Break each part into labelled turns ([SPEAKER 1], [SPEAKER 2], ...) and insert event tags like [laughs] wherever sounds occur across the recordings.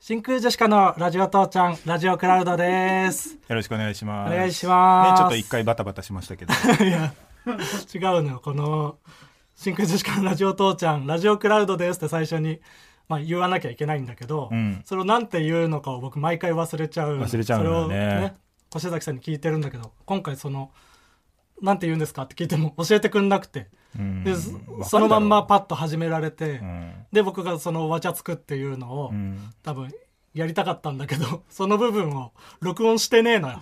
[SPEAKER 1] 真空ジェシカのラジオ父ちゃん、ラジオクラウド
[SPEAKER 2] [laughs]
[SPEAKER 1] です。
[SPEAKER 2] よろしくお願いします。
[SPEAKER 1] お願いします
[SPEAKER 2] ね、ちょっと一回バタバタしまし
[SPEAKER 1] [laughs]
[SPEAKER 2] たけど。
[SPEAKER 1] いや、違うのよ。この、真空ジェシカのラジオ父ちゃん、ラジオクラウドですって最初に、まあ、言わなきゃいけないんだけど、
[SPEAKER 2] うん
[SPEAKER 1] それをなんて言うのかを僕毎回忘れちゃう。
[SPEAKER 2] 忘れちゃうんだよね
[SPEAKER 1] それをね、越崎さんに聞いてるんだけど、今回その、なんて言うんですかって聞いても教えてくんなくて。
[SPEAKER 2] うん
[SPEAKER 1] で、
[SPEAKER 2] わかるだ
[SPEAKER 1] そ
[SPEAKER 2] ろ
[SPEAKER 1] うそのまんまパッと始められて、
[SPEAKER 2] うん
[SPEAKER 1] で、僕がそのわちゃつくっていうのを、
[SPEAKER 2] うん
[SPEAKER 1] 多分やりたかったんだけど [laughs] その部分を録音してねえのよ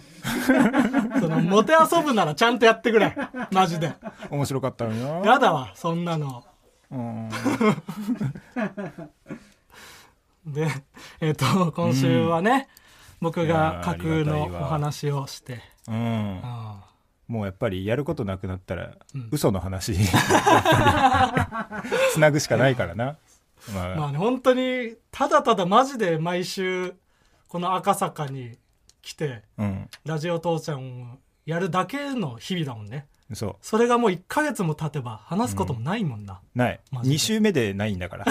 [SPEAKER 1] [laughs] そのモテ遊ぶならちゃんとやってくれマジで
[SPEAKER 2] 面白かったのよ。
[SPEAKER 1] やだわそんなの
[SPEAKER 2] うん
[SPEAKER 1] でえっ、と今週はね、僕が架
[SPEAKER 2] い
[SPEAKER 1] 空
[SPEAKER 2] やーありが
[SPEAKER 1] の
[SPEAKER 2] たい
[SPEAKER 1] お
[SPEAKER 2] わ
[SPEAKER 1] 話をして
[SPEAKER 2] うん
[SPEAKER 1] ああ
[SPEAKER 2] もうやっぱりやることなくなったら、
[SPEAKER 1] うん
[SPEAKER 2] 嘘
[SPEAKER 1] [laughs]
[SPEAKER 2] の話やっぱりつなぐしかないからな。まあ、
[SPEAKER 1] まあね本当にただただマジで毎週この赤坂に来て
[SPEAKER 2] うん、
[SPEAKER 1] ラジオ父ちゃんをやるだけの日々だもんね
[SPEAKER 2] そ
[SPEAKER 1] それがもう1ヶ月も経てば話すこともないもんな、
[SPEAKER 2] うない
[SPEAKER 1] マジで
[SPEAKER 2] 2週目でないんだか
[SPEAKER 1] [laughs]
[SPEAKER 2] ら [laughs]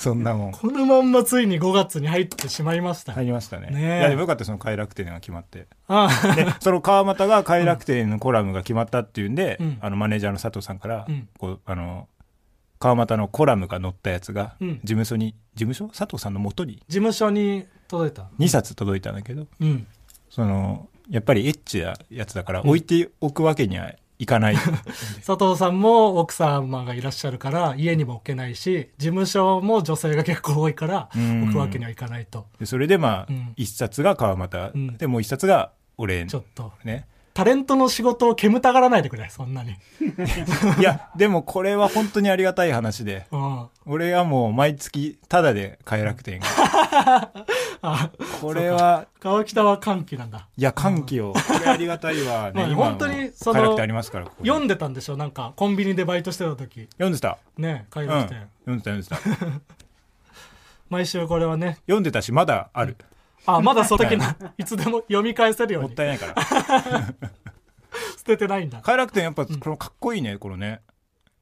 [SPEAKER 2] そんなもん
[SPEAKER 1] このまんまついに5月に入ってしまいましたよ
[SPEAKER 2] 入りましたね
[SPEAKER 1] ねえ
[SPEAKER 2] いやでもよかったその快楽天が決まって
[SPEAKER 1] ああ
[SPEAKER 2] でその川又が快楽天のコラムが決まったっていうんで、
[SPEAKER 1] うん
[SPEAKER 2] あのマネージャーの佐藤さんから、
[SPEAKER 1] うん
[SPEAKER 2] こうあの川又のコラムが載ったやつが、
[SPEAKER 1] うん
[SPEAKER 2] 事務所に事務所佐藤さんの元に
[SPEAKER 1] 事務所に届いた
[SPEAKER 2] 2冊届いたんだけど
[SPEAKER 1] うん
[SPEAKER 2] そのやっぱりエッチなやつだから置いておくわけにはいか
[SPEAKER 1] [laughs]
[SPEAKER 2] ない、
[SPEAKER 1] 佐藤さんも奥様がいらっしゃるから家にも置けないし事務所も女性が結構多いから
[SPEAKER 2] うん
[SPEAKER 1] 置くわけにはいかないと
[SPEAKER 2] でそれでま
[SPEAKER 1] う
[SPEAKER 2] あ、
[SPEAKER 1] ん
[SPEAKER 2] 1冊が川又、
[SPEAKER 1] うん
[SPEAKER 2] でもう1冊が俺
[SPEAKER 1] ちょっと
[SPEAKER 2] ね
[SPEAKER 1] タレントの仕事を煙たがらないでくれそんなに
[SPEAKER 2] いやでもこれは本当にありがたい話で
[SPEAKER 1] うんあ
[SPEAKER 2] 俺はもう毎月タダで快楽天
[SPEAKER 1] [laughs]
[SPEAKER 2] がこれ
[SPEAKER 1] そうか
[SPEAKER 2] は
[SPEAKER 1] 川北は歓喜なんだ
[SPEAKER 2] いや、歓喜を。これありがたいわ。
[SPEAKER 1] [laughs] まあ
[SPEAKER 2] ね、今
[SPEAKER 1] 本当にそ
[SPEAKER 2] そ
[SPEAKER 1] の
[SPEAKER 2] の。快楽天ありますから、ここに
[SPEAKER 1] 読んでたんでしょなんかコンビニでバイトしてた時
[SPEAKER 2] 読んでた。
[SPEAKER 1] ね帰
[SPEAKER 2] うん。
[SPEAKER 1] り
[SPEAKER 2] 読
[SPEAKER 1] ま
[SPEAKER 2] ん
[SPEAKER 1] して、
[SPEAKER 2] でた、読んでた。読
[SPEAKER 1] 毎週これはね
[SPEAKER 2] んでたし、まだある。
[SPEAKER 1] あまだその時のいつでも読み返せるよう
[SPEAKER 2] もっ
[SPEAKER 1] に
[SPEAKER 2] たいないから。
[SPEAKER 1] 捨ててないんだ
[SPEAKER 2] 快楽天、やっぱ、このかっこいいね、このね。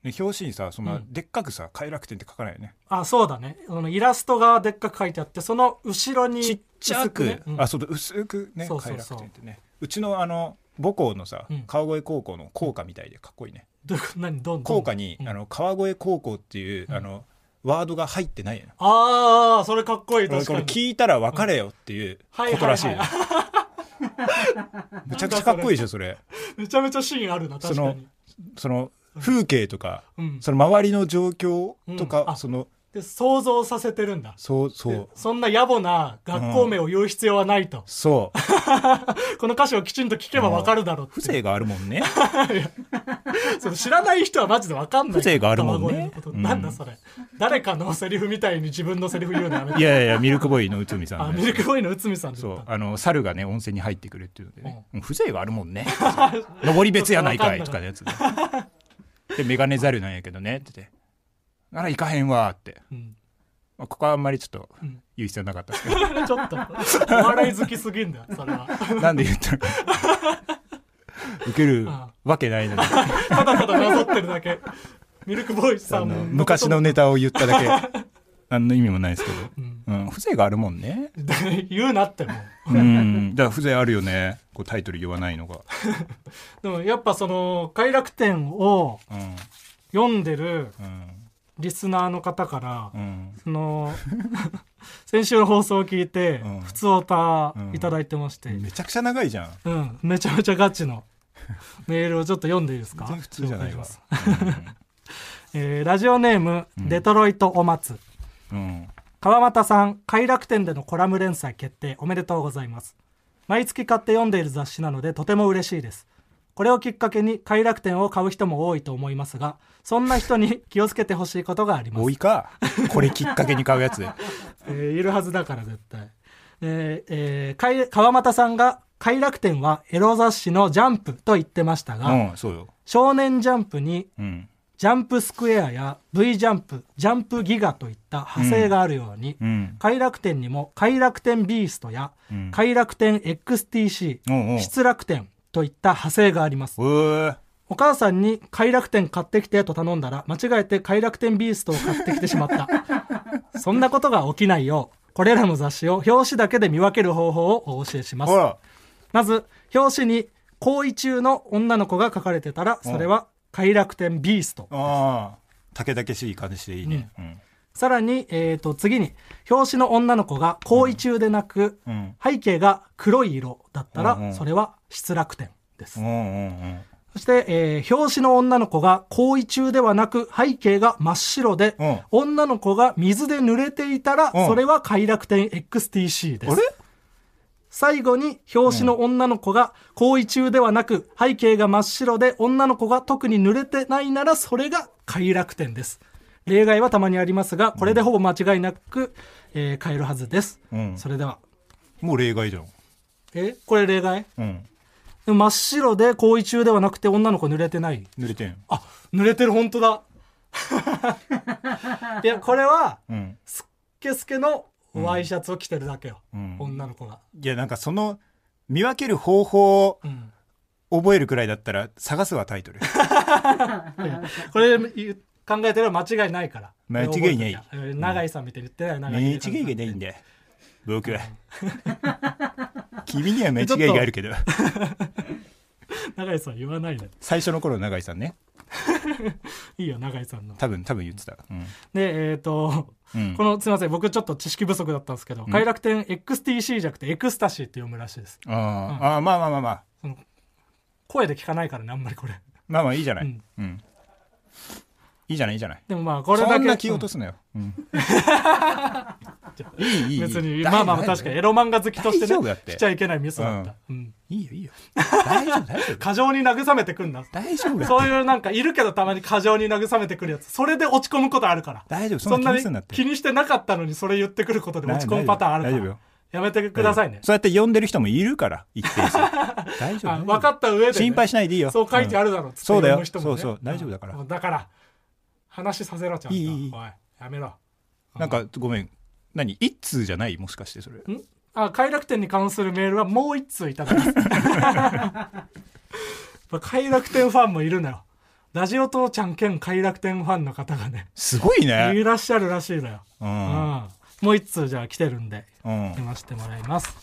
[SPEAKER 2] ね表紙にさ、そん
[SPEAKER 1] う
[SPEAKER 2] なんでっかくさ、快楽天って書かないよね。
[SPEAKER 1] あそうだねそのイラストがでっかく書いてあってその後ろに
[SPEAKER 2] ちっちゃ
[SPEAKER 1] 薄
[SPEAKER 2] く
[SPEAKER 1] ねう。ん
[SPEAKER 2] あ、そうだ、薄くね、
[SPEAKER 1] そうそう
[SPEAKER 2] 快
[SPEAKER 1] そう
[SPEAKER 2] 楽天ってね。うちの、あの、母校のさ
[SPEAKER 1] うん、
[SPEAKER 2] 川越高校の校歌みたいで、かっこいいね。
[SPEAKER 1] どういうこと何どんどん
[SPEAKER 2] 校歌に
[SPEAKER 1] う、ん
[SPEAKER 2] あの、川越高校っていう、あの、ワードが入ってないよね。
[SPEAKER 1] ああそれかっこいい
[SPEAKER 2] これ
[SPEAKER 1] 確
[SPEAKER 2] こ
[SPEAKER 1] か
[SPEAKER 2] れ
[SPEAKER 1] に
[SPEAKER 2] 聞いたら別れよっていうことらしいよね
[SPEAKER 1] はい
[SPEAKER 2] めちゃくちゃかっこいいでしょそれ
[SPEAKER 1] めちゃめちゃシーンあるな確
[SPEAKER 2] そ
[SPEAKER 1] か
[SPEAKER 2] の
[SPEAKER 1] に
[SPEAKER 2] その風景とか、
[SPEAKER 1] うん
[SPEAKER 2] その周りの状況とか、
[SPEAKER 1] うんあ
[SPEAKER 2] その
[SPEAKER 1] で想像させてるんだ
[SPEAKER 2] そうそ
[SPEAKER 1] で
[SPEAKER 2] う
[SPEAKER 1] そんな野暮な学校名を言う必要はないと、
[SPEAKER 2] そう
[SPEAKER 1] この歌詞をきちんと聞けばわかるだろうって
[SPEAKER 2] 風情があるも
[SPEAKER 1] [laughs]
[SPEAKER 2] んね
[SPEAKER 1] その知らない人はマジでわかんない
[SPEAKER 2] 風情があるもん
[SPEAKER 1] 卵の
[SPEAKER 2] ね
[SPEAKER 1] こと
[SPEAKER 2] うん
[SPEAKER 1] なんだそれ誰かのセリフみたいに自分のセリフ言うの
[SPEAKER 2] [laughs]
[SPEAKER 1] やめ
[SPEAKER 2] い
[SPEAKER 1] て
[SPEAKER 2] やいやいやミルクボーイの内海さ
[SPEAKER 1] あ
[SPEAKER 2] ん
[SPEAKER 1] ミ
[SPEAKER 2] ね
[SPEAKER 1] ルクボーイの内海さんだった
[SPEAKER 2] そうあの猿がね温泉に入ってくるっていうのでね、うん風情がある
[SPEAKER 1] [laughs]
[SPEAKER 2] もんね登り別やないかいとかのやつねでメガネ猿なんやけどねって言ってなら行かへんわーって、
[SPEAKER 1] うん [laughs]
[SPEAKER 2] まあ、ここはあんまりちょっと
[SPEAKER 1] ん
[SPEAKER 2] 言う必要なかったですけど、
[SPEAKER 1] ちょっとお笑い好きすぎんだよそれは
[SPEAKER 2] [laughs] なんで言ったのか受けるわけない
[SPEAKER 1] [laughs]
[SPEAKER 2] のに
[SPEAKER 1] ただただなぞってるだけミルクボーイさ
[SPEAKER 2] あ
[SPEAKER 1] ん
[SPEAKER 2] の
[SPEAKER 1] も
[SPEAKER 2] 昔のネタを言っただ
[SPEAKER 1] [laughs]
[SPEAKER 2] け何の意味もないですけど、
[SPEAKER 1] ん [laughs]
[SPEAKER 2] うん風情があるもんね
[SPEAKER 1] 言うなっても
[SPEAKER 2] うんだから風情あるよねこうタイトル言わないのが、
[SPEAKER 1] でもやっぱその快楽天を
[SPEAKER 2] うん
[SPEAKER 1] 読んでる
[SPEAKER 2] うん
[SPEAKER 1] リスナーの方から、
[SPEAKER 2] うん、
[SPEAKER 1] その [laughs] 先週の放送を聞いて、
[SPEAKER 2] うん
[SPEAKER 1] 普通オタいただいてまして、うん
[SPEAKER 2] めちゃくちゃ長いじゃん
[SPEAKER 1] めちゃめちゃガチのメールをちょっと読んでいいですか
[SPEAKER 2] 全然普通じゃない
[SPEAKER 1] お願
[SPEAKER 2] わ
[SPEAKER 1] します、えーラジオネーム、デトロイトお松
[SPEAKER 2] うんうん
[SPEAKER 1] 川又さん快楽天でのコラム連載決定おめでとうございます毎月買って読んでいる雑誌なのでとても嬉しいですこれをきっかけに快楽天を買う人も多いと思いますがそんな人に気をつけてほしいことがありま
[SPEAKER 2] 多
[SPEAKER 1] す
[SPEAKER 2] いかこれきっかけに買うやつ
[SPEAKER 1] [laughs]
[SPEAKER 2] で
[SPEAKER 1] えーいるはずだから絶対えーえーかい川又さんが快楽天はエロ雑誌のジャンプと言ってましたが、
[SPEAKER 2] うんそうよ、
[SPEAKER 1] 少年ジャンプに
[SPEAKER 2] うん
[SPEAKER 1] ジャンプスクエアや V ジャンプジャンプギガといった派生があるように、
[SPEAKER 2] うん
[SPEAKER 1] 快楽天にも快楽天ビーストや
[SPEAKER 2] うん
[SPEAKER 1] 快楽天 XTC、
[SPEAKER 2] おうおう
[SPEAKER 1] 失楽天といった派生があります。
[SPEAKER 2] うー
[SPEAKER 1] お母さんに快楽天買ってきてと頼んだら間違えて快楽天ビーストを買ってきてしまった
[SPEAKER 2] [laughs]
[SPEAKER 1] そんなことが起きないようこれらの雑誌を表紙だけで見分ける方法をお教えします
[SPEAKER 2] ほら
[SPEAKER 1] まず表紙に行為中の女の子が書かれてたらそれは快楽天ビースト
[SPEAKER 2] ああ竹々しい感じでいいねうん
[SPEAKER 1] さらに、えー、と次に表紙の女の子が行為中でなく、
[SPEAKER 2] うん
[SPEAKER 1] 背景が黒い色だったら、
[SPEAKER 2] うんうん
[SPEAKER 1] それは失楽天です、
[SPEAKER 2] うんうん
[SPEAKER 1] そして、えー表紙の女の子が行為中ではなく背景が真っ白で、
[SPEAKER 2] うん
[SPEAKER 1] 女の子が水で濡れていたら、
[SPEAKER 2] うん
[SPEAKER 1] それは快楽天 XTC で
[SPEAKER 2] うんあ
[SPEAKER 1] す
[SPEAKER 2] れ
[SPEAKER 1] 最後に表紙の女の子が行為中ではなく背景が真っ白で女の子が特に濡れてないならそれが快楽天です例外はたまにありますがこれでほぼ間違いなく、えー買えるはずです、
[SPEAKER 2] うん
[SPEAKER 1] それでは
[SPEAKER 2] もう例外じゃん
[SPEAKER 1] えこれ例外
[SPEAKER 2] うん
[SPEAKER 1] でも真っ白で行為中ではなくて女の子濡れてない
[SPEAKER 2] 濡れてん
[SPEAKER 1] あ濡れてる本当だ [laughs] いやこれは
[SPEAKER 2] うん
[SPEAKER 1] すっけすけのワイシャツを着てるだけよ、
[SPEAKER 2] うん
[SPEAKER 1] 女の子が、
[SPEAKER 2] いやなんかその見分ける方法を
[SPEAKER 1] うん、
[SPEAKER 2] 覚えるくらいだったら探すはタイトル
[SPEAKER 1] これ言う考えてれば間違いないから
[SPEAKER 2] 間違いない
[SPEAKER 1] うん長井さんみたいに言って [laughs] ない長
[SPEAKER 2] 間
[SPEAKER 1] 井
[SPEAKER 2] 違
[SPEAKER 1] さん
[SPEAKER 2] いがないんだ僕 [laughs] は君には間違いがあるけど
[SPEAKER 1] 長井さん言わないで
[SPEAKER 2] 最初の頃の永井さんね
[SPEAKER 1] いいよ長井さんの
[SPEAKER 2] 多分多分言ってたうん
[SPEAKER 1] でえっ、と、
[SPEAKER 2] うん
[SPEAKER 1] このすいません僕ちょっと知識不足だったんですけど、快楽天 XTC じゃなくてエクスタシーって読むらしいです
[SPEAKER 2] あーあーまあまあまあまあ
[SPEAKER 1] 声で聞かないからねあんまりこれ
[SPEAKER 2] まあまあいいじゃない、
[SPEAKER 1] う
[SPEAKER 2] うんんいいじゃないいいじゃない
[SPEAKER 1] でもまあこ
[SPEAKER 2] こ
[SPEAKER 1] れだけ
[SPEAKER 2] そんな気を落とすなよ、
[SPEAKER 1] [laughs]
[SPEAKER 2] うん、いいいいいい
[SPEAKER 1] 別に
[SPEAKER 2] 大
[SPEAKER 1] ま
[SPEAKER 2] 丈
[SPEAKER 1] あま
[SPEAKER 2] 夫
[SPEAKER 1] あ確かにエロ漫画好きとして
[SPEAKER 2] 大丈夫だ
[SPEAKER 1] ね
[SPEAKER 2] って
[SPEAKER 1] しちゃいけないミスだった、うん
[SPEAKER 2] いいよいいよ大丈夫大丈夫
[SPEAKER 1] 過剰に慰めてくんな
[SPEAKER 2] 大丈夫だって
[SPEAKER 1] そういうなんかいるけどたまに過剰に慰めてくるやつそれで落ち込むことあるから
[SPEAKER 2] 大丈夫
[SPEAKER 1] そ
[SPEAKER 2] そ
[SPEAKER 1] ん
[SPEAKER 2] ん
[SPEAKER 1] な
[SPEAKER 2] な
[SPEAKER 1] に
[SPEAKER 2] 気にすんなって
[SPEAKER 1] 気にしてなかったのにそれ言ってくることで落ち込むパターンあるか
[SPEAKER 2] 大丈夫
[SPEAKER 1] ら
[SPEAKER 2] よ
[SPEAKER 1] やめてくださいね
[SPEAKER 2] そうやって呼んでる人もいるから一定
[SPEAKER 1] [laughs]
[SPEAKER 2] 数大丈夫
[SPEAKER 1] あ分かった上でね
[SPEAKER 2] 心配しないでいいよ
[SPEAKER 1] そう書いてあ
[SPEAKER 2] る、
[SPEAKER 1] るだろ
[SPEAKER 2] そうだよ
[SPEAKER 1] つって読む人
[SPEAKER 2] そ
[SPEAKER 1] も
[SPEAKER 2] う
[SPEAKER 1] ね
[SPEAKER 2] そう大丈夫だから
[SPEAKER 1] うんだから話させろちゃんと
[SPEAKER 2] いいいいいい
[SPEAKER 1] おいやめろ
[SPEAKER 2] うんなんかごめん何一通じゃないもしかしてそれ
[SPEAKER 1] んあ快楽天に関するメールはもう一通いただきます [laughs] まあ快楽天ファンもいるのよラジオ父ちゃん兼快楽天ファンの方がね
[SPEAKER 2] すごいね
[SPEAKER 1] いらっしゃるらしいのよ、
[SPEAKER 2] う
[SPEAKER 1] うん
[SPEAKER 2] ん、
[SPEAKER 1] もう一通じゃあ来てるんで
[SPEAKER 2] うん
[SPEAKER 1] 読ませてもらいます、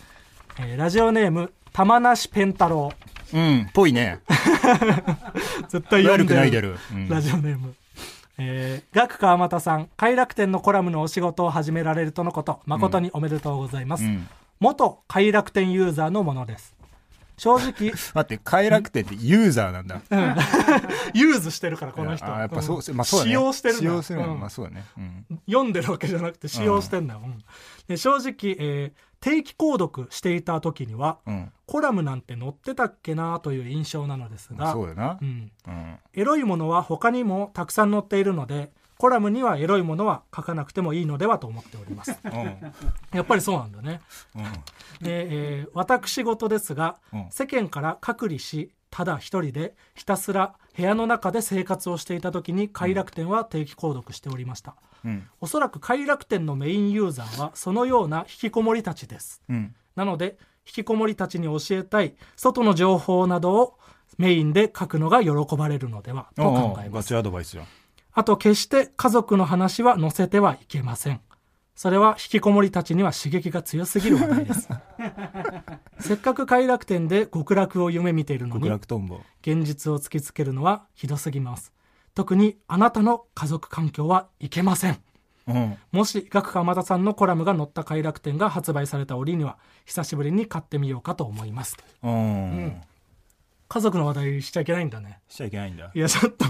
[SPEAKER 1] えーラジオネーム玉梨ペンタロウ
[SPEAKER 2] うんぽいね
[SPEAKER 1] 絶対読
[SPEAKER 2] 悪
[SPEAKER 1] んで
[SPEAKER 2] く
[SPEAKER 1] る
[SPEAKER 2] ないでる、うん
[SPEAKER 1] ラジオネーム、えー、ガク川又さん快楽天のコラムのお仕事を始められるとのこと誠におめでとうございます、
[SPEAKER 2] うん
[SPEAKER 1] 元快楽天ユーザーのものです正直
[SPEAKER 2] 待って快楽天ってユーザーなんだ
[SPEAKER 1] [laughs] ユーズしてるからこの人
[SPEAKER 2] あーやっぱそう、
[SPEAKER 1] うん
[SPEAKER 2] まあそうだね
[SPEAKER 1] 使用してるん
[SPEAKER 2] 使
[SPEAKER 1] だよ
[SPEAKER 2] 用するの、
[SPEAKER 1] うん
[SPEAKER 2] まあそうだね、うん
[SPEAKER 1] 読んでるわけじゃなくて使用してんだよ、うんで正直、えー定期購読していた時には
[SPEAKER 2] うん
[SPEAKER 1] コラムなんて載ってたっけなという印象なのですが
[SPEAKER 2] そうだな
[SPEAKER 1] う、ん、
[SPEAKER 2] うん
[SPEAKER 1] エロいものは他にもたくさん載っているのでコラムにはエロいものは書かなくてもいいのではと思っております
[SPEAKER 2] うん
[SPEAKER 1] やっぱりそうなんだね
[SPEAKER 2] う
[SPEAKER 1] で、えー私事ですが、
[SPEAKER 2] うん
[SPEAKER 1] 世間から隔離しただ一人でひたすら部屋の中で生活をしていた時に快楽天は定期購読しておりました、
[SPEAKER 2] ん
[SPEAKER 1] おそらく快楽天のメインユーザーはそのような引きこもりたちです
[SPEAKER 2] うん
[SPEAKER 1] なので引きこもりたちに教えたい外の情報などをメインで書くのが喜ばれるのではと考
[SPEAKER 2] おうお
[SPEAKER 1] え
[SPEAKER 2] う
[SPEAKER 1] ま
[SPEAKER 2] ガ
[SPEAKER 1] す
[SPEAKER 2] チアドバイスじゃん
[SPEAKER 1] あと決して家族の話は載せてはいけませんそれは引きこもりたちには刺激が強すぎる話題です
[SPEAKER 2] [laughs]
[SPEAKER 1] せっかく快楽天で極楽を夢見ているの
[SPEAKER 2] 極
[SPEAKER 1] に
[SPEAKER 2] 楽トンボ
[SPEAKER 1] 現実を突きつけるのはひどすぎます特にあなたの家族環境はいけません
[SPEAKER 2] うん
[SPEAKER 1] もし学科天田さんのコラムが載った快楽天が発売された折には久しぶりに買ってみようかと思います
[SPEAKER 2] うん、
[SPEAKER 1] 家族の話題しちゃいけないんだね
[SPEAKER 2] しちゃいけないんだ
[SPEAKER 1] いやちょっと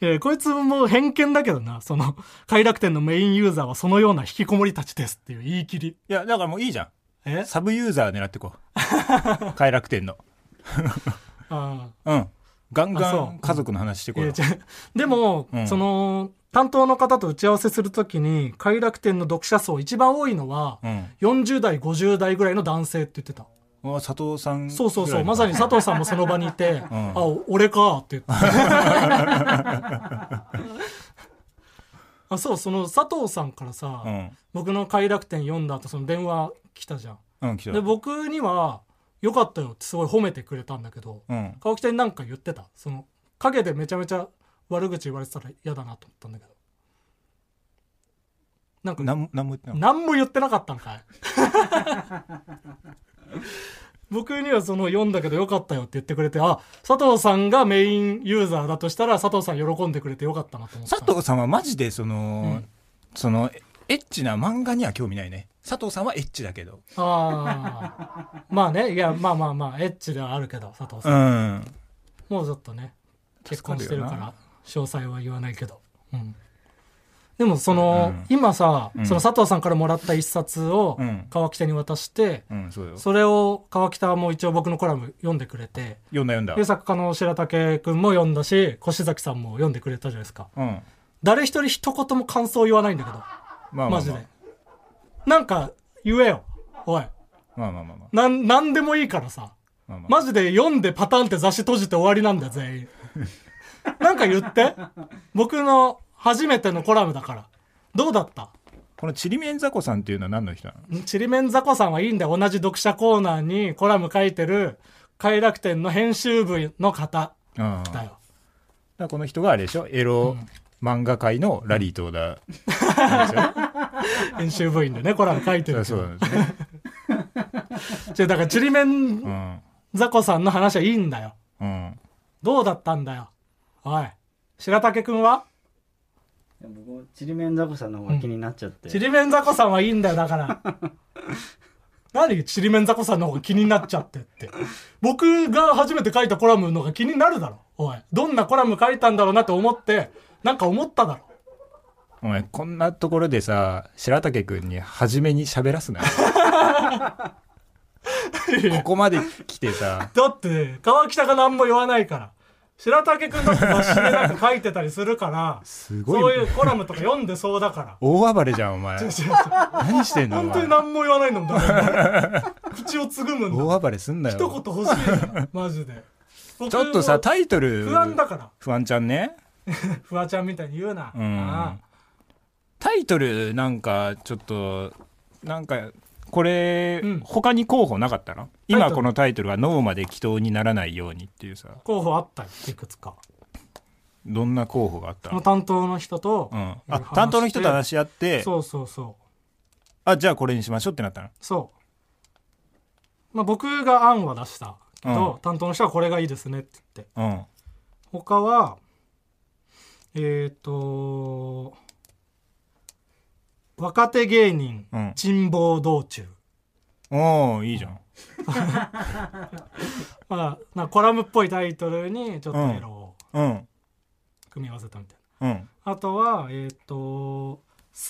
[SPEAKER 1] えーこいつも偏見だけどなその快楽天のメインユーザーはそのような引きこもりたちですっていう言い切り
[SPEAKER 2] いやだからもういいじゃ
[SPEAKER 1] え
[SPEAKER 2] んサブユーザー狙って
[SPEAKER 1] [laughs]
[SPEAKER 2] こう快楽天の
[SPEAKER 1] あ
[SPEAKER 2] うんガン
[SPEAKER 1] あ
[SPEAKER 2] ガ
[SPEAKER 1] そう
[SPEAKER 2] ン家族の話して
[SPEAKER 1] あ
[SPEAKER 2] こ
[SPEAKER 1] い
[SPEAKER 2] いよ
[SPEAKER 1] やちょでも、
[SPEAKER 2] うん
[SPEAKER 1] その担当の方と打ち合わせするときに快楽天の読者層一番多いのは、
[SPEAKER 2] うん
[SPEAKER 1] 40代50代ぐらいの男性って言ってた
[SPEAKER 2] あ佐藤さん
[SPEAKER 1] そうそうそうまさに佐藤さんもその場にい
[SPEAKER 2] [laughs]
[SPEAKER 1] て「あお俺か」って言ってあそうその佐藤さんからさ、
[SPEAKER 2] うん
[SPEAKER 1] 僕の快楽天読んだ後その電話来たじゃん
[SPEAKER 2] うん来た
[SPEAKER 1] で僕には「よかったよ」ってすごい褒めてくれたんだけど
[SPEAKER 2] うん
[SPEAKER 1] 川北に何か言ってたその陰でめちゃめちゃ悪口言われてたら嫌だなと思ったんだけどなんか
[SPEAKER 2] なんもなんも言ってなかっ
[SPEAKER 1] 何も言ってなかったんかい [laughs] 僕にはその読んだけどよかったよって言ってくれてあ佐藤さんがメインユーザーだとしたら佐藤さん喜んでくれてよかったなと思ったた
[SPEAKER 2] 佐藤さんはマジでその、
[SPEAKER 1] うん
[SPEAKER 2] そのエッチな漫画には興味ないね佐藤さんはエッチだけど
[SPEAKER 1] ああまあねいやまあまあまあエッチではあるけど佐藤さ、
[SPEAKER 2] うんん
[SPEAKER 1] もうちょっとね結婚してるか
[SPEAKER 2] 助からる
[SPEAKER 1] 詳細は言わないけど、うん、でもその、
[SPEAKER 2] うん
[SPEAKER 1] 今さ、
[SPEAKER 2] うん
[SPEAKER 1] その佐藤さんからもらった一冊を
[SPEAKER 2] うん
[SPEAKER 1] 川北に渡して、
[SPEAKER 2] うんそうよ
[SPEAKER 1] それを川北も一応僕のコラム読んでくれて
[SPEAKER 2] 読んだ読んだ
[SPEAKER 1] で作家の白竹君も読んだし越崎さんも読んでくれたじゃないですか
[SPEAKER 2] うん
[SPEAKER 1] 誰一人一言も感想言わないんだけど
[SPEAKER 2] まあまあ、ま
[SPEAKER 1] マ
[SPEAKER 2] あ、
[SPEAKER 1] ジでなんか言えよおい
[SPEAKER 2] まあまあまあまあ
[SPEAKER 1] なんなんでもいいからさ
[SPEAKER 2] まあまあ
[SPEAKER 1] マジで読んでパターンって雑誌閉じて終わりなんだよ、全
[SPEAKER 2] [laughs]
[SPEAKER 1] 員。なんか言って。僕の初めてのコラムだから。どうだった
[SPEAKER 2] このちりめんざこさんっていうのは何の人なの
[SPEAKER 1] ちりめんざこさんはいいんだよ。同じ読者コーナーにコラム書いてる、快楽天の編集部の方
[SPEAKER 2] ああだ
[SPEAKER 1] だ
[SPEAKER 2] か [laughs]
[SPEAKER 1] よ。
[SPEAKER 2] らこの人があれでしょエロ漫画界のラリー党だ、なんですよね
[SPEAKER 1] 編集部員でね、コラム書いて
[SPEAKER 2] そり
[SPEAKER 1] る
[SPEAKER 2] ゃ
[SPEAKER 1] け
[SPEAKER 2] そ
[SPEAKER 1] ど。
[SPEAKER 2] うなん
[SPEAKER 1] [laughs]
[SPEAKER 2] ですね
[SPEAKER 1] じゃあだからちりめ
[SPEAKER 2] うんん
[SPEAKER 1] ざこさんの話はいいんだよ。
[SPEAKER 2] うん
[SPEAKER 1] どうだったんだよ。おい。白竹くんはい
[SPEAKER 3] や僕もちりめんざこさんの方が気になっちゃって、
[SPEAKER 1] ちりめんざこさんはいいんだよ、だ
[SPEAKER 2] [laughs]
[SPEAKER 1] から。何ちりめんざこさんの方が気になっちゃってって。僕が初めて書いたコラムの方が気になるだろ。おい。どんなコラム書いたんだろうなと思って、なんか思っただろ。
[SPEAKER 2] お前こんなところでさ白竹君に初めに喋らすな
[SPEAKER 1] [laughs]
[SPEAKER 2] ここまで来てさ
[SPEAKER 1] だって、川北が何も言わないから。白竹くんだって雑誌でなんか書いてたりするから、
[SPEAKER 2] すごい
[SPEAKER 1] そういうコラムとか読んでそうだから。
[SPEAKER 2] 大暴れじゃんお前 [laughs] 何してんのお
[SPEAKER 1] 本当
[SPEAKER 2] 前
[SPEAKER 1] に何も言わないのもだ
[SPEAKER 2] [laughs]
[SPEAKER 1] から。口をつぐむんだ。
[SPEAKER 2] 大暴れすんな
[SPEAKER 1] 一
[SPEAKER 2] よ
[SPEAKER 1] 言欲しいなマジで。
[SPEAKER 2] ちょっとさ
[SPEAKER 1] 僕も
[SPEAKER 2] タイトル
[SPEAKER 1] 不安だから。
[SPEAKER 2] 不安ちゃんね
[SPEAKER 1] フワちゃんみたいに言うな。
[SPEAKER 2] うん
[SPEAKER 1] あ
[SPEAKER 2] タイトルなんかちょっとなんかこれ、
[SPEAKER 1] うん
[SPEAKER 2] 他に候補なかった
[SPEAKER 1] タ
[SPEAKER 2] の
[SPEAKER 1] イト
[SPEAKER 2] 今
[SPEAKER 1] ル
[SPEAKER 2] このタイトルは脳まで祈祷にならないようにっていうさ
[SPEAKER 1] あ候補あったよ、いくつか。
[SPEAKER 2] どんな候補があった
[SPEAKER 1] その
[SPEAKER 2] の、
[SPEAKER 1] 担当の人と、
[SPEAKER 2] うん、
[SPEAKER 1] 話
[SPEAKER 2] あ
[SPEAKER 1] して
[SPEAKER 2] 担当の人と話し合って
[SPEAKER 1] そうそうそ
[SPEAKER 2] あじゃあこれにしましょうってなったの
[SPEAKER 1] う。そう。まあ僕が案は出したけど、
[SPEAKER 2] うん
[SPEAKER 1] 担当の人はこれがいいですねって言って。
[SPEAKER 2] うん
[SPEAKER 1] 他は、えっ、と、若手芸人、
[SPEAKER 2] うん
[SPEAKER 1] 珍望道中。
[SPEAKER 2] おおいいじゃん
[SPEAKER 1] まあ、なんかコラムっぽいタイトルにちょっとエロを
[SPEAKER 2] うん
[SPEAKER 1] 組み合わせたみたい
[SPEAKER 2] うん
[SPEAKER 1] な。あとは、えっ、と、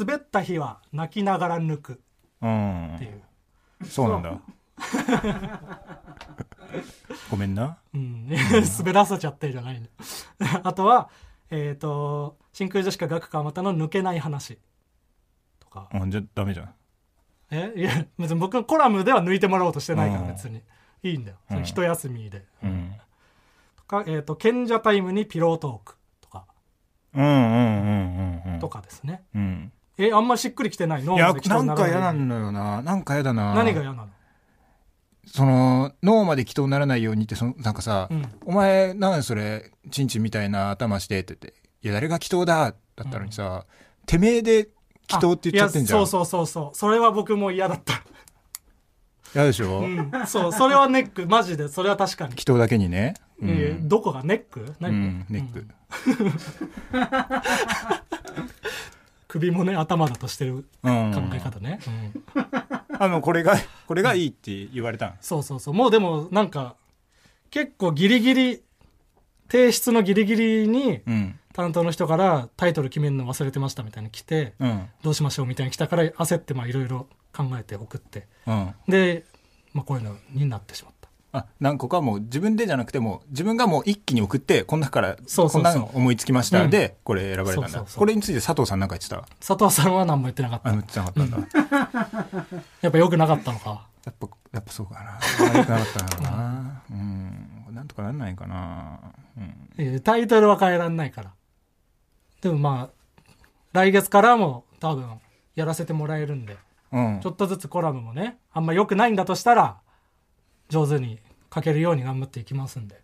[SPEAKER 1] 滑った日は泣きながら抜く
[SPEAKER 2] う
[SPEAKER 1] ってい
[SPEAKER 2] ん
[SPEAKER 1] う。
[SPEAKER 2] そうなんだごめんな
[SPEAKER 1] うん、 [laughs] 滑らせちゃってるじゃないの [laughs] あとはえっ、と真空ジェシカ学川またの抜けない話とか
[SPEAKER 2] うんじゃあダメじゃん
[SPEAKER 1] え [laughs] いや別に僕のコラムでは抜いてもらおうとしてないから
[SPEAKER 2] うん
[SPEAKER 1] 別にいいんだよ
[SPEAKER 2] うん
[SPEAKER 1] その一休みで
[SPEAKER 2] うん
[SPEAKER 1] とか、えっと賢者タイムにピロートークとか
[SPEAKER 2] うんうんうんうんうん
[SPEAKER 1] とかですね
[SPEAKER 2] うん
[SPEAKER 1] えあんましっくりきてないの
[SPEAKER 2] いやなんか嫌なのよななんか嫌だな
[SPEAKER 1] 何が嫌なの
[SPEAKER 2] その脳まで祈祷にならないようにってそのなんかさ、
[SPEAKER 1] うん
[SPEAKER 2] お前なんでそれチンチンみたいな頭してって言っていや誰が祈祷だだったのにさ、てめえで祈祷って言っちゃってんじゃん
[SPEAKER 1] あいやそうそうそうそうそれは僕も嫌だった、
[SPEAKER 2] 嫌でしょ、
[SPEAKER 1] うん、そうそれはネックマジでそれは確かに、
[SPEAKER 2] 祈祷だけにね、うん
[SPEAKER 1] えどこがネック
[SPEAKER 2] う
[SPEAKER 1] 何、
[SPEAKER 2] んネック、
[SPEAKER 1] うん首もね頭だとしてる
[SPEAKER 2] うん
[SPEAKER 1] 考え方ね、うん
[SPEAKER 2] あのこれがこれがいいって言われたん
[SPEAKER 1] そうそうそうもうでもなんか結構ギリギリ提出のギリギリに
[SPEAKER 2] うん
[SPEAKER 1] 担当の人からタイトル決めるの忘れてましたみたいに来て
[SPEAKER 2] うん
[SPEAKER 1] どうしましょうみたいに来たから焦ってまあいろいろ考えて送って
[SPEAKER 2] うん
[SPEAKER 1] で、まあ、こういうのになってしまった
[SPEAKER 2] あ何個かもう自分でじゃなくても自分がもう一気に送ってこの中から
[SPEAKER 1] そうそうそう
[SPEAKER 2] こんなの思いつきました、
[SPEAKER 1] うん
[SPEAKER 2] でこれ選ばれたんだ
[SPEAKER 1] そうそうそう
[SPEAKER 2] これについて佐藤さんなんか言ってた
[SPEAKER 1] 佐藤さんは何も言ってなかった
[SPEAKER 2] あのつながったんだ、や
[SPEAKER 1] やっぱ良くなかったのか
[SPEAKER 2] っぱやっぱそうかな悪くなかったんだろうなうんなんとかなんないかなうん
[SPEAKER 1] いやタイトルは変えらんないからでもまあ来月からも多分やらせてもらえるんで
[SPEAKER 2] うん
[SPEAKER 1] ちょっとずつコラムもね、あんま良くないんだとしたら、上手に書けるように頑張っていきますんで。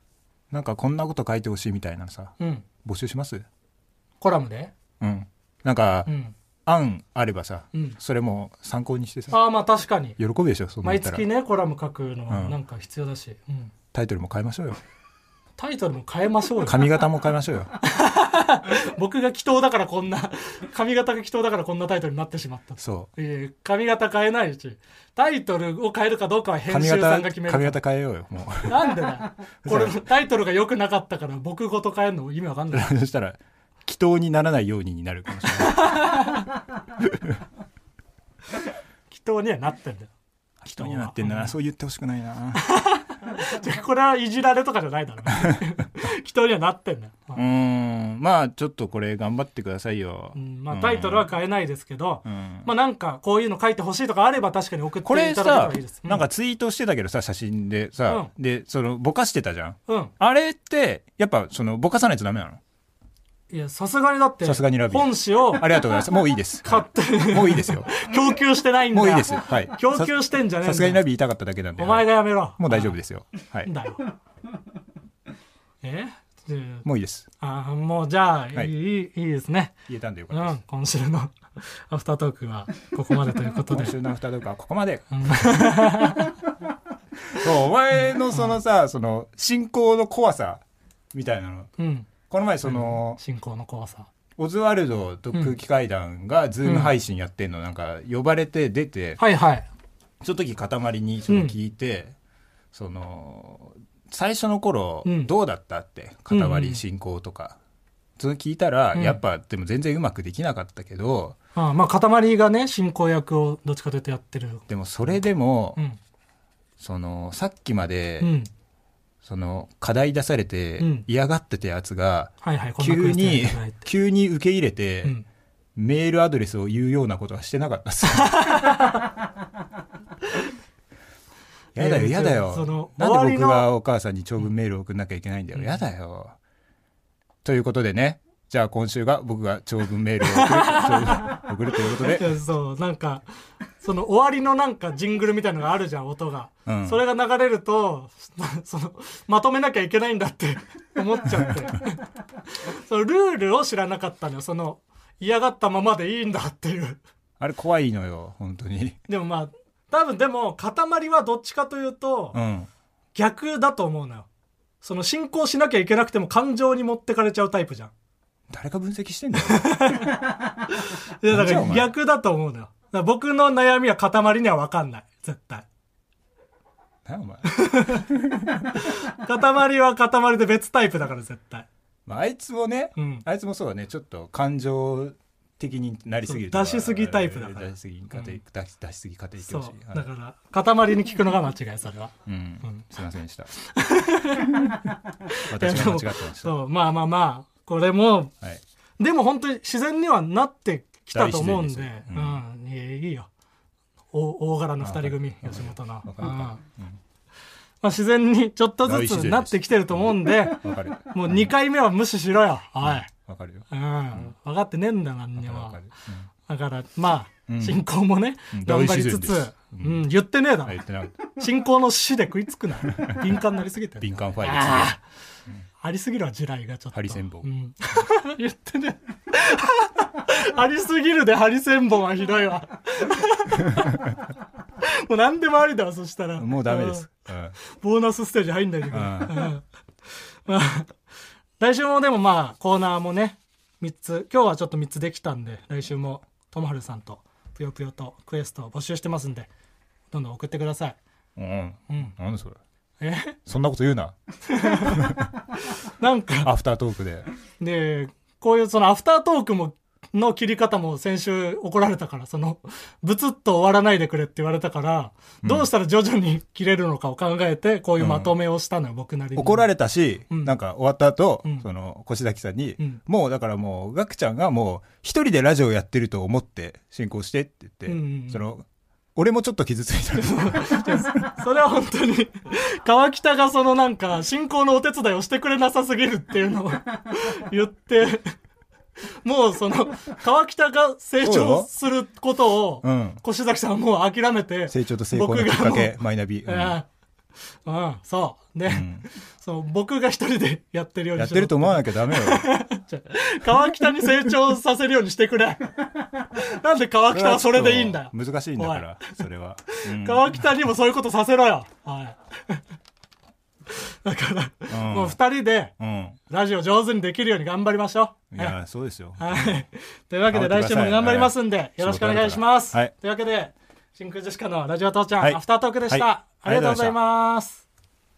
[SPEAKER 2] なんかこんなこと書いてほしいみたいなのさ
[SPEAKER 1] うん。
[SPEAKER 2] 募集します
[SPEAKER 1] コラムで
[SPEAKER 2] うんなんか、
[SPEAKER 1] うん。
[SPEAKER 2] 案あればさ、
[SPEAKER 1] うん
[SPEAKER 2] それも参考にしてさ
[SPEAKER 1] ああ、まあ確かに。
[SPEAKER 2] 喜ぶでしょそんなん
[SPEAKER 1] 毎
[SPEAKER 2] 言ったら
[SPEAKER 1] 月ね、コラム書くのは
[SPEAKER 2] うん
[SPEAKER 1] なんか必要だし。うん。
[SPEAKER 2] タイトルも変えましょうよ
[SPEAKER 1] タイトルも変えましょうよ。
[SPEAKER 2] 髪型も変えましょうよ
[SPEAKER 1] 僕が祈祷だからこんな、 [laughs] 髪型が祈祷だからこんなタイトルになってしまった。
[SPEAKER 2] そ
[SPEAKER 1] えー、髪型変えないし、タイトルを変えるかどうかは
[SPEAKER 2] う
[SPEAKER 1] 編
[SPEAKER 2] 髪
[SPEAKER 1] 集さ
[SPEAKER 2] 型
[SPEAKER 1] んが決め
[SPEAKER 2] 髪
[SPEAKER 1] るか
[SPEAKER 2] 型変えようよ [laughs] もう
[SPEAKER 1] ら。なんでだよ [laughs] これ、タイトルが良くなかったから僕ごと変えるの意味わかん
[SPEAKER 2] [laughs]
[SPEAKER 1] ない。
[SPEAKER 2] そしたら祈祷にならないようにになるかもしれ
[SPEAKER 1] [laughs]
[SPEAKER 2] な
[SPEAKER 1] 祈
[SPEAKER 2] い
[SPEAKER 1] 祷にはなってんだよ。
[SPEAKER 2] 祈祷になってんだなそう言ってほしくないな
[SPEAKER 1] じゃあこれはいじられとかじゃないだ
[SPEAKER 2] [laughs]
[SPEAKER 1] ろ。祈祷にはなってんだよ。ま
[SPEAKER 2] う
[SPEAKER 1] あ
[SPEAKER 2] ーんまあちょっとこれ頑張ってくださいよ、
[SPEAKER 1] うんまあ、タイトルは変えないですけど、
[SPEAKER 2] うん
[SPEAKER 1] まあなんかこういうの書いてほしいとかあれば確かに送って
[SPEAKER 2] これ
[SPEAKER 1] いただけれ
[SPEAKER 2] さ
[SPEAKER 1] ばいいです。
[SPEAKER 2] なんかツイートしてたけどさ写真でさ、でそのぼかしてたじゃん
[SPEAKER 1] うん、うん。
[SPEAKER 2] あれってやっぱそのぼかさないとダメなの
[SPEAKER 1] いや、さすがにだって、
[SPEAKER 2] さすがにラビー
[SPEAKER 1] 本誌を
[SPEAKER 2] ありがとうございますもうい
[SPEAKER 1] [laughs]
[SPEAKER 2] いです
[SPEAKER 1] 買って、
[SPEAKER 2] [laughs] もういいですよ
[SPEAKER 1] 供給してないんだ
[SPEAKER 2] もういいですはい
[SPEAKER 1] 供給してんじゃねえんだよ
[SPEAKER 2] さすがにラビー痛かっただけなんで
[SPEAKER 1] お前がやめろ。
[SPEAKER 2] もう大丈夫ですよはい
[SPEAKER 1] だよ。えじゃ
[SPEAKER 2] もういいです
[SPEAKER 1] ああもうじゃあ、いい、
[SPEAKER 2] い
[SPEAKER 1] いいいですね。
[SPEAKER 2] 言えたんでよか
[SPEAKER 1] う
[SPEAKER 2] ったです
[SPEAKER 1] ん、今週の [laughs] アフタートークはここまでということで
[SPEAKER 2] [laughs] 今。週のアフタートークはここまで
[SPEAKER 1] うん
[SPEAKER 2] [laughs] そうお前のそのさその信仰の怖さみたいなの
[SPEAKER 1] うん。
[SPEAKER 2] この前その
[SPEAKER 1] 進行の怖さ。
[SPEAKER 2] オズワルドと空気階段がズーム配信やってんのなんか呼ばれて出て
[SPEAKER 1] はいはい。
[SPEAKER 2] その時塊にその聞いて、その最初の頃
[SPEAKER 1] うん
[SPEAKER 2] どうだったって塊進行とか、その聞いたら、
[SPEAKER 1] うん
[SPEAKER 2] やっぱでも全然うまくできなかったけど
[SPEAKER 1] ああまあ、塊がね、進行役をどっちかというとやってる。
[SPEAKER 2] でもそれでも、
[SPEAKER 1] うん。
[SPEAKER 2] そのさっきまで、
[SPEAKER 1] うん。
[SPEAKER 2] その課題出されて
[SPEAKER 1] うん
[SPEAKER 2] 嫌がってたやつが、
[SPEAKER 1] はいはい。こんなク
[SPEAKER 2] 急
[SPEAKER 1] イズやって
[SPEAKER 2] に
[SPEAKER 1] いただいて。
[SPEAKER 2] 急に受け入れて、
[SPEAKER 1] うん。
[SPEAKER 2] メールアドレスを言うようなことはしてなかったっすやだ
[SPEAKER 1] [laughs]
[SPEAKER 2] よ
[SPEAKER 1] えー
[SPEAKER 2] やだ
[SPEAKER 1] その
[SPEAKER 2] よ
[SPEAKER 1] 終
[SPEAKER 2] な
[SPEAKER 1] わ
[SPEAKER 2] んで
[SPEAKER 1] りの
[SPEAKER 2] 僕がお母さんに長文メールを送んなきゃいけないんだよ、やだよということでねじゃあ今週が僕が長文メールを送る長文送る [laughs] ということ
[SPEAKER 1] い [laughs]
[SPEAKER 2] で、
[SPEAKER 1] やそう、なんか、その終わりのなんかジングルみたいのがあるじゃん、音が。
[SPEAKER 2] うん
[SPEAKER 1] それが流れると、 [laughs] その、まとめなきゃいけないんだって [laughs] 思っちゃ
[SPEAKER 2] [laughs]
[SPEAKER 1] って。そのルールを知らなかったのよ。その、嫌がったままでいいんだっていう。
[SPEAKER 2] あれ怖いのよ本当に
[SPEAKER 1] でもまあ、多分でも、塊はどっちかというと
[SPEAKER 2] う、ん
[SPEAKER 1] 逆だと思うのよ。その進行しなきゃいけなくても感情に持ってかれちゃうタイプじゃん。
[SPEAKER 2] 誰か分析してんだよ
[SPEAKER 1] いや、だ
[SPEAKER 2] じゃ
[SPEAKER 1] か
[SPEAKER 2] あ
[SPEAKER 1] ら
[SPEAKER 2] お前
[SPEAKER 1] 逆だと思うのよ。だから僕の悩みは塊には分かんない。絶対。
[SPEAKER 2] なお前、
[SPEAKER 1] 塊は塊で別タイプだから絶対。
[SPEAKER 2] まあ、あいつもね、
[SPEAKER 1] うん
[SPEAKER 2] あいつもそうだねちょっと感情的になりすぎるとか
[SPEAKER 1] そう出しすぎタイプだから
[SPEAKER 2] 出しすぎ家庭、
[SPEAKER 1] うん
[SPEAKER 2] 出し出しすぎ家庭
[SPEAKER 1] そ
[SPEAKER 2] 教師
[SPEAKER 1] う。だから、塊に聞くのが間違い、それは。
[SPEAKER 2] うん
[SPEAKER 1] うん
[SPEAKER 2] すいませ
[SPEAKER 1] [laughs]
[SPEAKER 2] んでした。
[SPEAKER 1] いや
[SPEAKER 2] 私
[SPEAKER 1] で
[SPEAKER 2] が間
[SPEAKER 1] も
[SPEAKER 2] 違ってました。
[SPEAKER 1] そう、まあまあまあ、これも、
[SPEAKER 2] はい。
[SPEAKER 1] でも本当に自然にはなってきたと思うんで、
[SPEAKER 2] 大
[SPEAKER 1] う
[SPEAKER 2] 自然ですよ
[SPEAKER 1] ん、いやいいよ。お大柄の二人組、
[SPEAKER 2] あ
[SPEAKER 1] 吉本の。
[SPEAKER 2] わ
[SPEAKER 1] う
[SPEAKER 2] か
[SPEAKER 1] ん
[SPEAKER 2] る
[SPEAKER 1] ま
[SPEAKER 2] わ
[SPEAKER 1] あ、自然にちょっとず
[SPEAKER 2] 大自然
[SPEAKER 1] つ
[SPEAKER 2] です
[SPEAKER 1] なってきてると思うんで、
[SPEAKER 2] わかる。
[SPEAKER 1] もう2回目は無視しろよ、おい。
[SPEAKER 2] わかるよ。
[SPEAKER 1] うん、分かってねえんだ、何に
[SPEAKER 2] わ
[SPEAKER 1] も
[SPEAKER 2] か。る。
[SPEAKER 1] だから、ま
[SPEAKER 2] う
[SPEAKER 1] あ、
[SPEAKER 2] ん
[SPEAKER 1] 進行もね
[SPEAKER 2] うん、
[SPEAKER 1] 頑張りつ
[SPEAKER 2] 大自
[SPEAKER 1] つ
[SPEAKER 2] 然です、
[SPEAKER 1] うん、言ってねえだ
[SPEAKER 2] うん
[SPEAKER 1] ろ
[SPEAKER 2] あ言。ってなかった。
[SPEAKER 1] 進行の死で食いつくな。敏感になりすぎてる。
[SPEAKER 2] 敏感ファイルですね
[SPEAKER 1] あーありすぎるわ地雷がちょっと
[SPEAKER 2] ハリセンボン
[SPEAKER 1] うん [laughs] 言ってね [laughs] ありすぎるでハリセンボンはひどい
[SPEAKER 2] [laughs]
[SPEAKER 1] わもう何でもありだわそしたら
[SPEAKER 2] もうダメです
[SPEAKER 1] ん。
[SPEAKER 2] うん
[SPEAKER 1] ボーナスステージ入んないでくれ、う
[SPEAKER 2] うん
[SPEAKER 1] ん [laughs] まあ来週もでもまあコーナーもね3つ今日はちょっと3つできたんで来週もともはるさんとぷよぷよとクエストを募集してますんでどんどん送ってください
[SPEAKER 2] うん。
[SPEAKER 1] うん
[SPEAKER 2] なんでそれ。
[SPEAKER 1] え [laughs]
[SPEAKER 2] そんなこと言うな。
[SPEAKER 1] なんか
[SPEAKER 2] アフタートークで。
[SPEAKER 1] でこういうそのアフタートークもの切り方も先週怒られたからそのブツッと終わらないでくれって言われたから、どうしたら徐々に切れるのかを考えてこういうまとめをしたのよ、僕なりに
[SPEAKER 2] 怒ら
[SPEAKER 1] れ
[SPEAKER 2] れたし、
[SPEAKER 1] うん
[SPEAKER 2] なんか終わった後、
[SPEAKER 1] うん
[SPEAKER 2] その、越崎さんに、
[SPEAKER 1] うん
[SPEAKER 2] もうだからもう、ガクちゃんがもう、一人でラジオやってると思って進行してって言って、
[SPEAKER 1] うんうんうん
[SPEAKER 2] その、俺もちょっと傷つい
[SPEAKER 1] [laughs]
[SPEAKER 2] たんです
[SPEAKER 1] それは本当に川北がそのなんか進行のお手伝いをしてくれなさすぎるっていうのを [laughs] 言ってもうその川北が成長することを
[SPEAKER 2] うん
[SPEAKER 1] 越崎さんはもう諦めて
[SPEAKER 2] 成長と成功のきっかけ、マイナビ。うん
[SPEAKER 1] ああうん、そう。で、その僕が一人でやってるよう
[SPEAKER 2] や
[SPEAKER 1] に
[SPEAKER 2] ってると思
[SPEAKER 1] う。
[SPEAKER 2] わなきゃダメよ。
[SPEAKER 1] 川北に成長させるようにしてくれ。
[SPEAKER 2] [laughs]
[SPEAKER 1] なんで川北はそれでいいんだよ。
[SPEAKER 2] 難しいんだから、それは。うん
[SPEAKER 1] 川北にもそういうことさせろよ。はい。だから、
[SPEAKER 2] うん
[SPEAKER 1] もう二人で
[SPEAKER 2] うん。
[SPEAKER 1] ラジオ上手にできるように頑張りましょう。
[SPEAKER 2] いや、そうですよ。
[SPEAKER 1] はい。というわけで
[SPEAKER 2] 頑張
[SPEAKER 1] 来
[SPEAKER 2] ってください
[SPEAKER 1] 週も頑張りますんで、
[SPEAKER 2] い
[SPEAKER 1] よろしくお願いします。
[SPEAKER 2] 仕事あるからはい
[SPEAKER 1] というわけで、真空ジェシカのラジオ父ちゃん、
[SPEAKER 2] はい
[SPEAKER 1] アフタートークでした。
[SPEAKER 2] はい
[SPEAKER 1] ありがとうございます。